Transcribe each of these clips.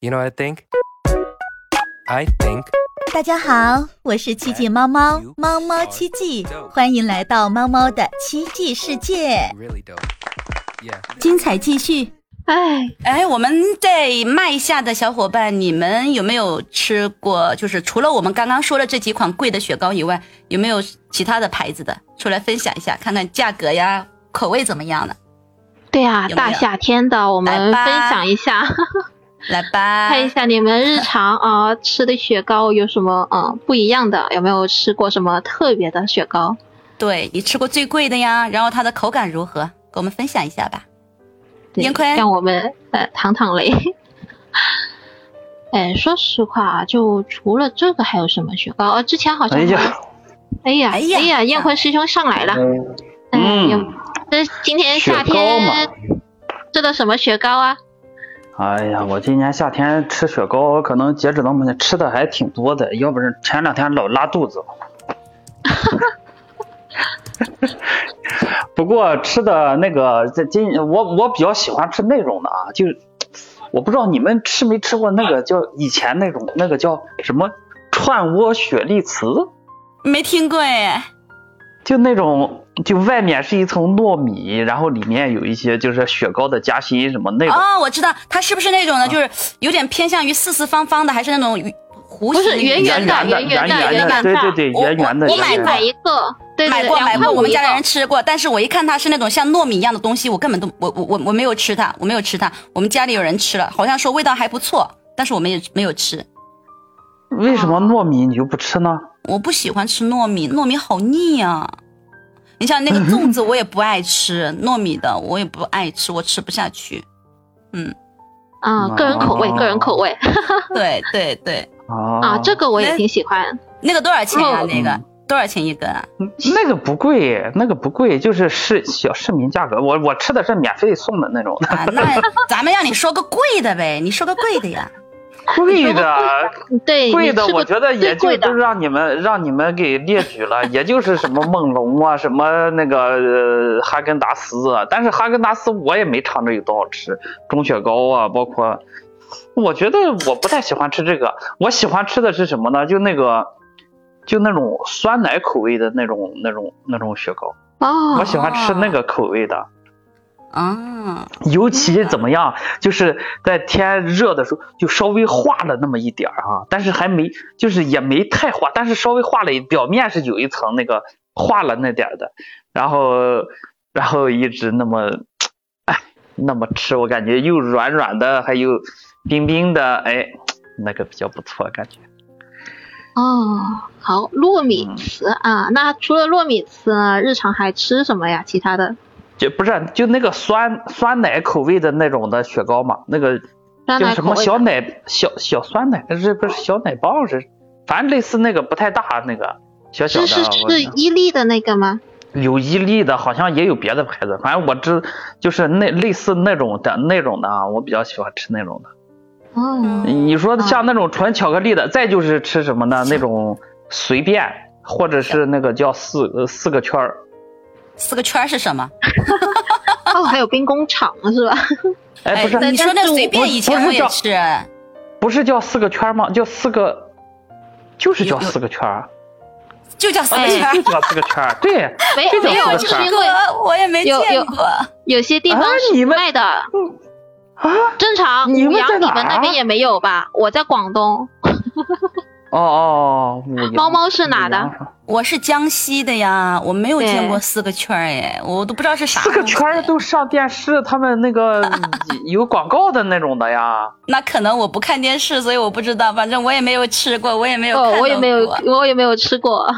You know what I think? I think 大家好，我是奇迹猫猫，猫猫奇迹，欢迎来到猫猫的奇迹世界， really dope. Yeah. 精彩继续。哎哎，我们在麦下的小伙伴，你们有没有吃过？就是除了我们刚刚说的这几款贵的雪糕以外，有没有其他的牌子的？出来分享一下，看看价格呀、口味怎么样呢？对呀、有没有大夏天的，我们来吧分享一下，来吧， 看一下你们日常啊、吃的雪糕有什么嗯、不一样的，有没有吃过什么特别的雪糕？对你吃过最贵的呀，然后它的口感如何？给我们分享一下吧。对严坤让我们呃淌淌泪。 哎，说实话啊，就除了这个还有什么雪糕？呃，之前 好像 哎还呀，哎呀，哎哎呀呀，燕坤师兄上来了。哎呀嗯，，这今天夏雪糕嘛天吃的什么雪糕啊？哎呀，我今年夏天吃雪糕，可能截止到目前吃的还挺多的，要不是前两天老拉肚子。 不过吃的那个，这今我我比较喜欢吃那种的啊，就我不知道你们吃没吃过那个叫以前那种那个叫什么串窝雪莉糍，没听过哎，就那种就外面是一层糯米，然后里面有一些就是雪糕的夹心什么那种。哦，我知道，它是不是那种呢？就是有点偏向于四四方方的，还是那种弧不形的那种？是圆圆的的，圆圆圆的的，对对对，我圆圆的。我我圆买圆的买一个，对对买对，过两买块过，五我们家一里个人吃过，但是我一看它是那种像糯米一样的东西，我根本都我我我我没有吃它，我没有吃它，我们家里有人吃了，好像说味道还不错，但是我们也没有吃，为什么糯米你就不吃呢？我不喜欢吃糯米，糯米好腻啊。你像那个粽子，我也不爱吃，糯米的我也不爱吃，我吃不下去。啊，个人口味，哦个人口味对对对，啊，啊这个我也那挺喜欢。那个多少钱啊？哦那个多少钱一根啊？ 那个不贵，那个不贵，就是市小市民价格。我我吃的是免费送的那种，啊，那咱们让你说个贵的呗，你说个贵的呀。贵的对，贵的，你吃过我觉得也最就贵的都让你们让你们给列举了，也就是什么梦龙啊，什么那个呃哈根达斯啊。但是哈根达斯我也没尝着有多好吃，钟雪糕啊，包括我觉得我不太喜欢吃这个，我喜欢吃的是什么呢？就那个。就那种酸奶口味的那种、那种、那种雪糕，我哦，喜欢吃那个口味的。啊，尤其怎么样，就是在天热的时候，就稍微化了那么一点儿啊，但是还没，就是也没太化，但是稍微化了一，表面是有一层那个化了那点儿的，然后，然后一直那么，哎，那么吃，我感觉又软软的，还有冰冰的，哎，那个比较不错，感觉。哦，好，糯米糍嗯啊，那除了糯米糍呢，日常还吃什么呀？其他的就不是就那个酸酸奶口味的那种的雪糕嘛，那个酸就奶是什口么味小的奶小小酸奶，这不是小奶棒是，反正类似那个不太大那个小小是的，啊是我是伊利的那个吗？有伊利的，好像也有别的牌子，反正我知就是那类似那种的那种的啊，我比较喜欢吃那种的。哦，你说嗯像那种纯巧克力的，再就是吃什么呢？那种随便或者是那个叫四呃四个圈儿，四个圈儿是什么？哦，还有兵工厂是 吧？哎不是你说那随便，不以前不我是也叫吃。不是叫四个圈儿吗？叫四个，就是叫有有四个圈儿，啊就叫四个哎圈儿。就叫四个圈儿，啊对。没这种没有，的就事是儿因为哥，我也没有见有过。有些地啊方你是们卖的，啊，正常。你五们羊在你哪们儿那啊边也没有吧？我在广东，哦哦，五羊 猫猫是哪的？五羊 是我是江西的呀，我没有对见过四个圈儿哎，我都不知道是啥。四个圈儿，都上电视，他们 那个有广告的那种的呀。那可能我不看电视，所以我不知道。反正我也没有吃过，我也没有看哦，到我也没有过，我也没有吃哦过。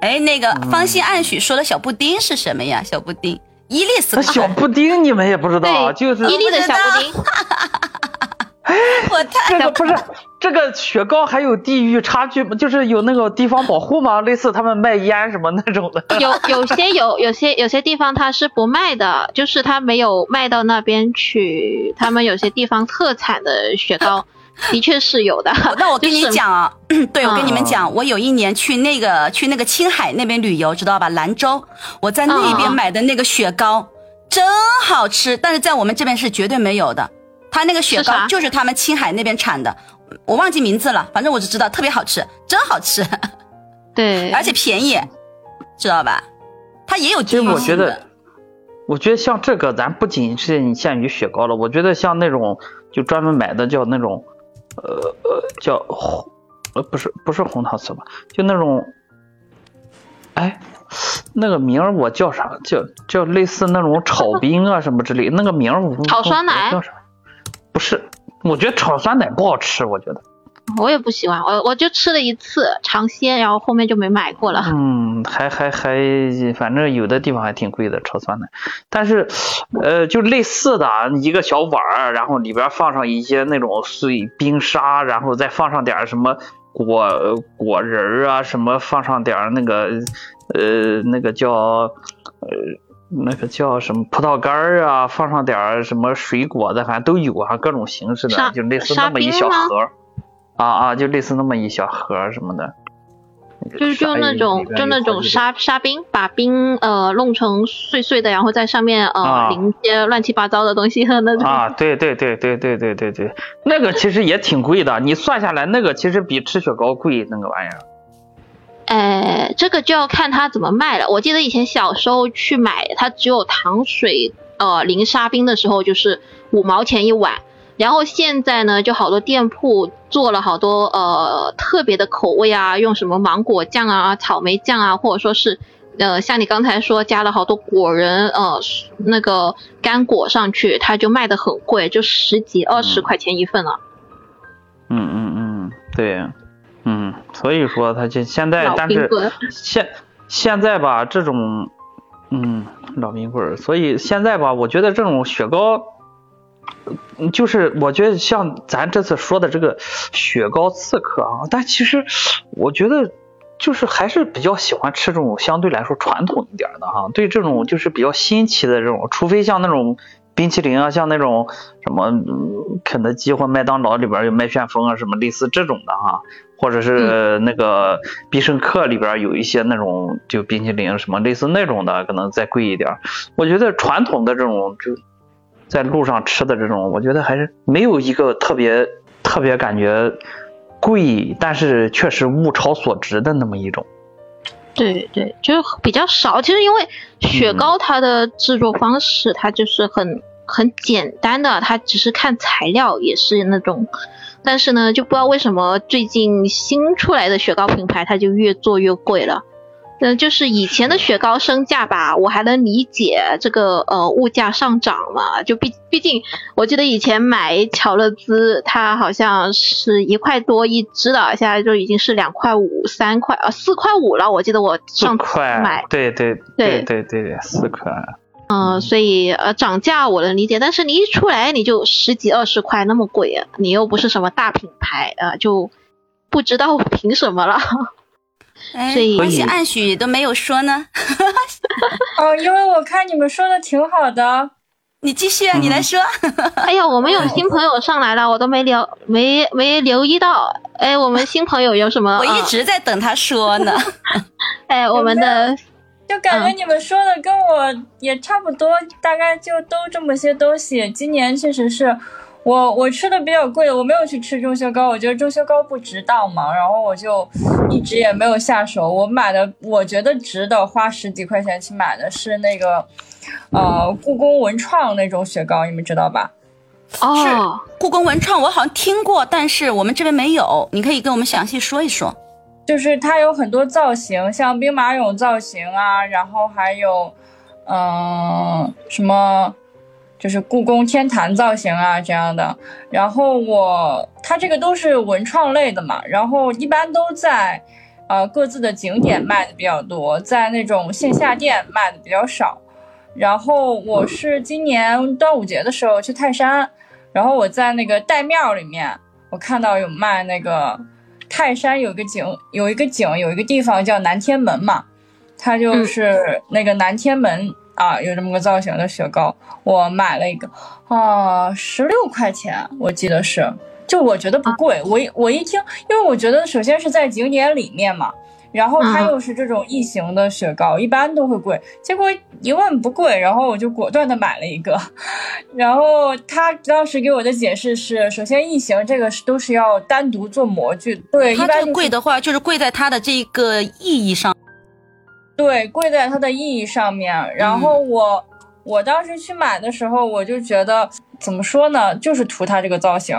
哎，那个芳心暗许说的小布丁是什么呀？小布丁，伊利四那个啊小圈儿，布丁你们也不知道，啊对，就是伊利的我不知小道布丁。我太这个不是这个雪糕还有地域差距吗，就是有那个地方保护吗？类似他们卖烟什么那种的。 有有些有有些有些地方它是不卖的，就是它没有卖到那边去。他们有些地方特产的雪糕，的确是有的。 那我跟你就是讲啊， 对我跟你们嗯讲，我有一年去那个去那个青海那边旅游，知道吧？兰州，我在那边嗯嗯嗯买的那个雪糕真好吃，但是在我们这边是绝对没有的。它那个雪是啥糕就是他们青海那边产的，我忘记名字了，反正我只知道特别好吃，真好吃，对，而且便宜，知道吧？它也有其地实域我觉性得的，，我觉得像这个，咱不仅是限于雪糕了，我觉得像那种就专门买的叫那种，呃呃，叫红，呃不是不是红糖糍粑，就那种，哎，那个名儿我叫啥？叫叫类似那种炒冰啊什么之类，那个名儿我炒酸奶我叫啥？不是，我觉得炒酸奶不好吃，我觉得，我也不喜欢，我我就吃了一次尝鲜，然后后面就没买过了。嗯，还还还，反正有的地方还挺贵的，炒酸奶。但是，呃，就类似的啊一个小碗儿，然后里边儿放上一些那种碎冰沙，然后再放上点儿什么果果仁儿啊，什么放上点儿那个呃那个叫呃那个叫什么葡萄干儿啊，放上点儿什么水果的，反正都有啊，各种形式沙的，就类似沙那么一冰小吗盒儿。啊啊，就类似那么一小盒儿什么的，嗯就是就沙那里种边就有那好种几沙沙冰，把冰呃弄成碎碎的，然后在上面呃、啊淋一些乱七八糟的东西 的那种。啊，对对对对对对对对，那个其实也挺贵的，你算下来那个其实比吃雪糕贵那个玩意儿。呃，这个就要看它怎么卖了。我记得以前小时候去买，它只有糖水呃淋沙冰的时候就是五毛钱一碗，然后现在呢，就好多店铺做了好多呃特别的口味啊，用什么芒果酱啊、草莓酱啊，或者说是呃像你刚才说加了好多果仁呃那个干果上去，它就卖的很贵，就十几二十块钱一份啊了。嗯嗯嗯，对，嗯，所以说它就现在老，但冰是棍现现在吧，这种，嗯，老冰棍儿，所以现在吧，我觉得这种雪糕，嗯就是我觉得像咱这次说的这个雪糕刺客啊，但其实我觉得就是还是比较喜欢吃这种相对来说传统一点的哈、对这种就是比较新奇的这种，除非像那种。冰淇淋啊，像那种什么嗯肯德基或麦当劳里边有麦旋风啊，什么类似这种的哈、或者是那个必胜客里边有一些那种就冰淇淋什么类似那种的，可能再贵一点儿。我觉得传统的这种就在路上吃的这种，我觉得还是没有一个特别特别感觉贵，但是确实物超所值的那么一种。对对，就是比较少。其实因为雪糕它的制作方式，它就是很很简单的，它只是看材料，也是那种。但是呢，就不知道为什么最近新出来的雪糕品牌，它就越做越贵了。嗯，就是以前的雪糕升价吧，我还能理解这个呃物价上涨嘛，就毕毕竟我记得以前买巧乐兹，它好像是一块多一支了，现在就已经是两块五、三块呃四块五了。我记得我上次四块啊买，，对对对对对对，四块。嗯、所以呃涨价我能理解，但是你一出来你就十几二十块那么贵、啊，你又不是什么大品牌啊、呃就不知道 凭什么了。哎所以，那些暗许都没有说呢， 哦，因为我看你们说的挺好的，你继续啊，你嗯来说。哎呀，我们有新朋友上来 了，我都没聊，没没留意到。哎，我们新朋友有什么？ 我一嗯直在等他说呢。哎，我们的就感觉嗯你们说的跟我也差不多，大概就都这么些东西。今年确实是我我吃的比较贵，我没有去吃中雪糕，我觉得中雪糕不值当嘛，然后我就一直也没有下手。我买的我觉得值的，花十几块钱去买的是那个呃故宫文创那种雪糕，你们知道吧？哦，故宫文创我好像听过，但是我们这边没有，你可以跟我们详细说一说。就是它有很多造型，像兵马俑造型啊，然后还有，嗯、什么，就是故宫天坛造型啊这样的。然后我，它这个都是文创类的嘛，然后一般都在，呃，各自的景点卖的比较多，在那种线下店卖的比较少。然后我是今年端午节的时候去泰山，然后我在那个岱庙里面，我看到有卖那个泰山有一个景，有一个景，有一个地方叫南天门嘛，它就是那个南天门、啊，有这么个造型的雪糕，我买了一个，啊，十六块钱，我记得是，就我觉得不贵，我一我一听，因为我觉得首先是在景点里面嘛，然后它又是这种异形的雪糕，一般都会贵。结果一问不贵，然后我就果断的买了一个。然后他当时给我的解释是，首先异形这个是都是要单独做模具，对，一它般这个贵的，的话，就是贵在它的这个意义上。对，贵在它的意义上面。然后我、我当时去买的时候，我就觉得怎么说呢，就是图它这个造型。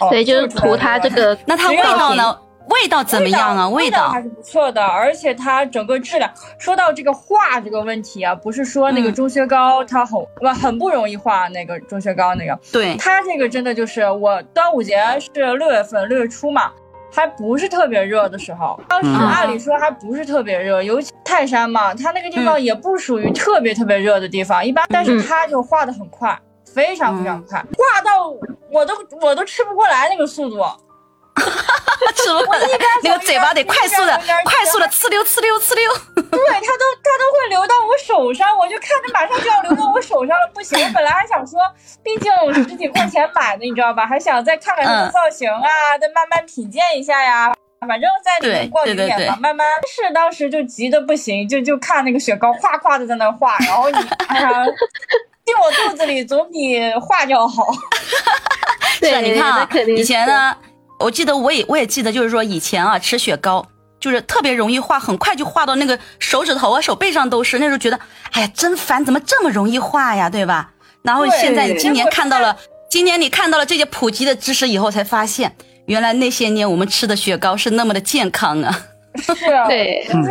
哦对，就是图图它这个。个，那它只味要道你呢？味道怎么样啊？味味还是不错的，而且它整个质量。说到这个化这个问题啊，不是说那个嗯中薛高它很不、很不容易化那个中薛高那个，对，它这个真的就是我端午节是六月份六月初嘛。还不是特别热的时候，当时嗯按理说还不是特别热，尤其泰山嘛，它那个地嗯方也不属于特别特别热的地方，一般，但是它就化的很快，非常非常快，嗯化到我都我都吃不过来那个速度，吃不过来，那个嘴巴得快速 的一边儿、快速的呲溜、呲溜、呲溜。对，它都它都会流到我手上，我就看着马上就要流到我手上了，不行！我本来还想说，毕竟十几块钱买的，你知道吧？还想再看看它的嗯造型啊，再慢慢品鉴一下呀。反正在里面对逛对景对点嘛，对慢慢是当时就急的不行，就就看那个雪糕哗哗的在那儿画，然后你哎呀，进我肚子里总比化掉好。 是对，你看那啊肯，定以前是呢，我记得我也我也记得，就是说以前啊，吃雪糕就是特别容易化，很快就化到那个手指头啊、手背上都是。那时候觉得，哎呀，真烦，怎么这么容易化呀，对吧？然后对现在你今年结果看到了，今年你看到了这些普及的知识以后，才发现原来那些年我们吃的雪糕是那么的健康 啊！是啊，对，就是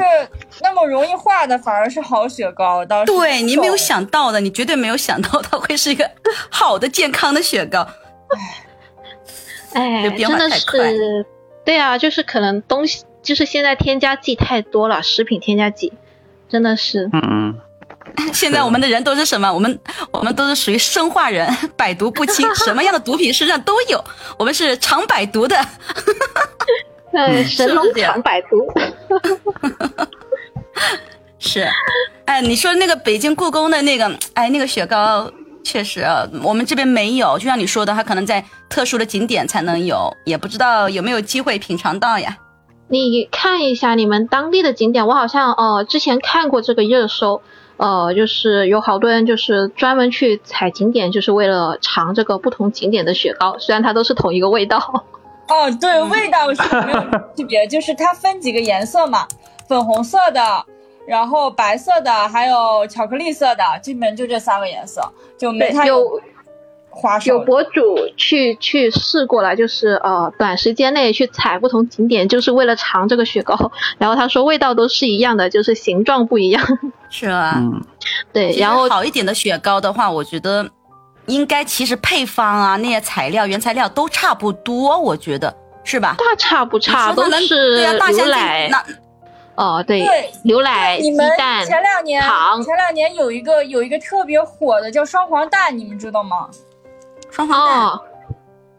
那么容易化的反而是好雪糕，当时对你没有手想到的，你绝对没有想到它会是一个好的健康的雪糕。哎，就变化真的太快是，对啊，就是可能东西就是现在添加剂太多了，食品添加剂真的是嗯 嗯，现在我们的人都是什么？我们我们都是属于生化人， 百毒 不侵，什么样的毒品身上都有。我们是常百毒的，呃神农嗯是这样尝百毒，是。哎，你说那个北京故宫的那个，哎，那个雪糕，确实啊，我们这边没有。就像你说的，它可能在特殊的景点才能有，也不知道有没有机会品尝到呀。你看一下你们当地的景点，我好像呃之前看过这个热搜，呃，就是有好多人就是专门去踩景点，就是为了尝这个不同景点的雪糕，虽然它都是同一个味 道。哦，对，味道是没有区别，就是它分几个颜色嘛，粉红色的，然后白色的，还有巧克力色的，基本就这三个颜色，就没对太，有花哨有的博主去去试过了，就是呃短时间内去踩不同景点，就是为了尝这个雪糕。然后他说味道都是一样的，就是形状不一样。 是吧？嗯对，其实然后好一点的雪糕的话，我觉得应该其实配方啊那些材料原材料都差不多，我觉得是吧？大差不差，你都说它能是对啊，大牛象奶那。哦，对对，牛奶、你鸡们蛋、前两年糖前两年有一个有一个特别火的叫双黄蛋，你们知道吗？双黄蛋，哦，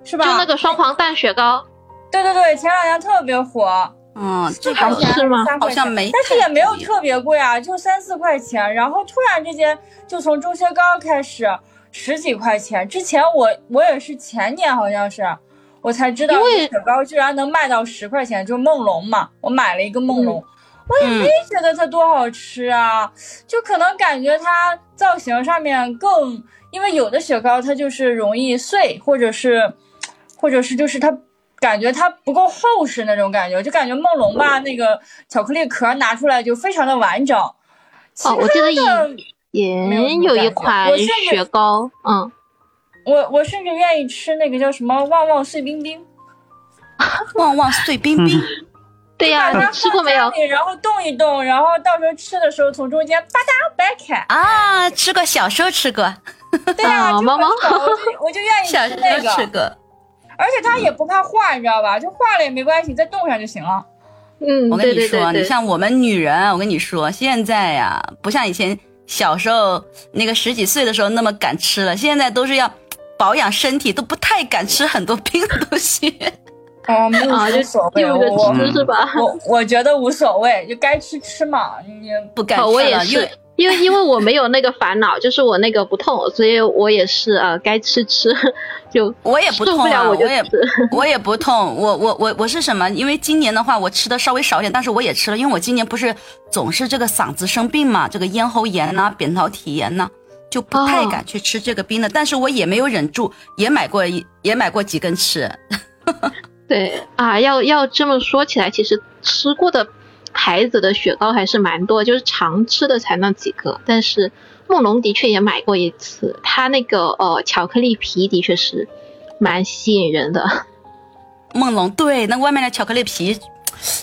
是就吧？那个双黄蛋雪糕，对对对，前两年特别火，嗯，这一个块好钱吃吗还三块好像钱没但是也没有太贵特别贵啊，就三四块钱。然后突然之间就从中学高开始十几块钱，之前我我也是前年好像是。我才知道因为雪糕居然能卖到十块钱，就是梦龙嘛，我买了一个梦龙，嗯，没觉得它多好吃啊，就可能感觉它造型上面更，因为有的雪糕它就是容易碎，或者是，或者是就是它感觉它不够厚实那种感觉，就感觉梦龙吧那个巧克力壳拿出来就非常的完整。哦，我记得以其他的前有一款我甚至雪糕，嗯，我我甚至愿意吃那个叫什么旺旺碎冰嗯冰，旺旺碎嗯冰冰，对呀、把它你吃过放没家有？里然后冻一冻，然后到时候吃的时候从中间吧嗒掰开。啊，吃过，小时候吃过，对啊，啊就很猫猫爽我就我就愿意小吃时那候个吃。过。而且它也不怕化，你知道吧？就化了也没关系，再冻上就行了。嗯，我跟对你对说，对你对，像我们女人，我跟你说，现在呀、不像以前小时候那个十几岁的时候那么敢吃了，现在都是要保养身体，都不太敢吃很多冰的东西。哦，没有啊，就无所谓，用着我吃是吧？我我觉得无所谓，就该吃吃嘛。你不敢哦吃我也嗯了，是又因为因为我没有那个烦恼，就是我那个不痛，所以我也是呃该吃吃 就我也受不痛不啊，了我我就也吃。我也不痛，我我我我是什么？因为今年的话，我吃的稍微少一点，但是我也吃了，因为我今年不是总是这个嗓子生病嘛，这个咽喉炎呐、扁桃体炎呐、就不太哦敢去吃这个冰的。但是我也没有忍住，也买过一也买过几根吃。对啊，要要这么说起来，其实吃过的牌子的雪糕还是蛮多，就是常吃的才那几个。但是梦龙的确也买过一次，它那个呃巧克力皮的确是蛮吸引人的。梦龙，对，那外面的巧克力皮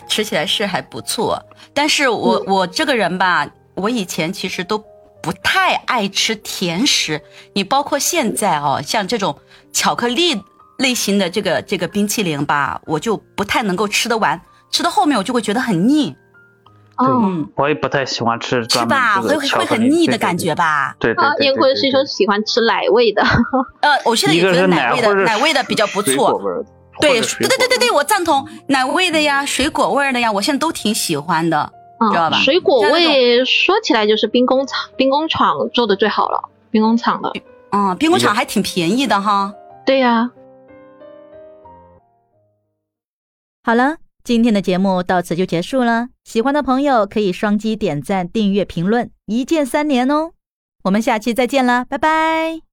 吃起来是还不错，但是嗯我、我这个人吧，我以前其实都不太爱吃甜食，你包括现在哦，像这种巧克力类型的这个这个冰淇淋吧，我就不太能够吃得完，吃到后面我就会觉得很腻，哦，嗯，我也不太喜欢吃是专门吧？这会个会巧会克很力腻的感觉。吧？对对对啊对，对燕坤是一种喜欢吃奶味的。呃，我现在一也个觉是得奶味或的者奶味的比较不水错果，味儿的，对或者对对水果对对对，我赞同奶味的呀，水果味儿的呀，我现在都挺喜欢的。知道嗯，吧水果像那种味说起来就是兵工厂，兵工厂做的最好了，兵工厂的。嗯，冰工厂还挺便宜的哈。对呀、好了，今天的节目到此就结束了。喜欢的朋友可以双击点赞、订阅、评论，一键三连哦。我们下期再见啦，拜拜。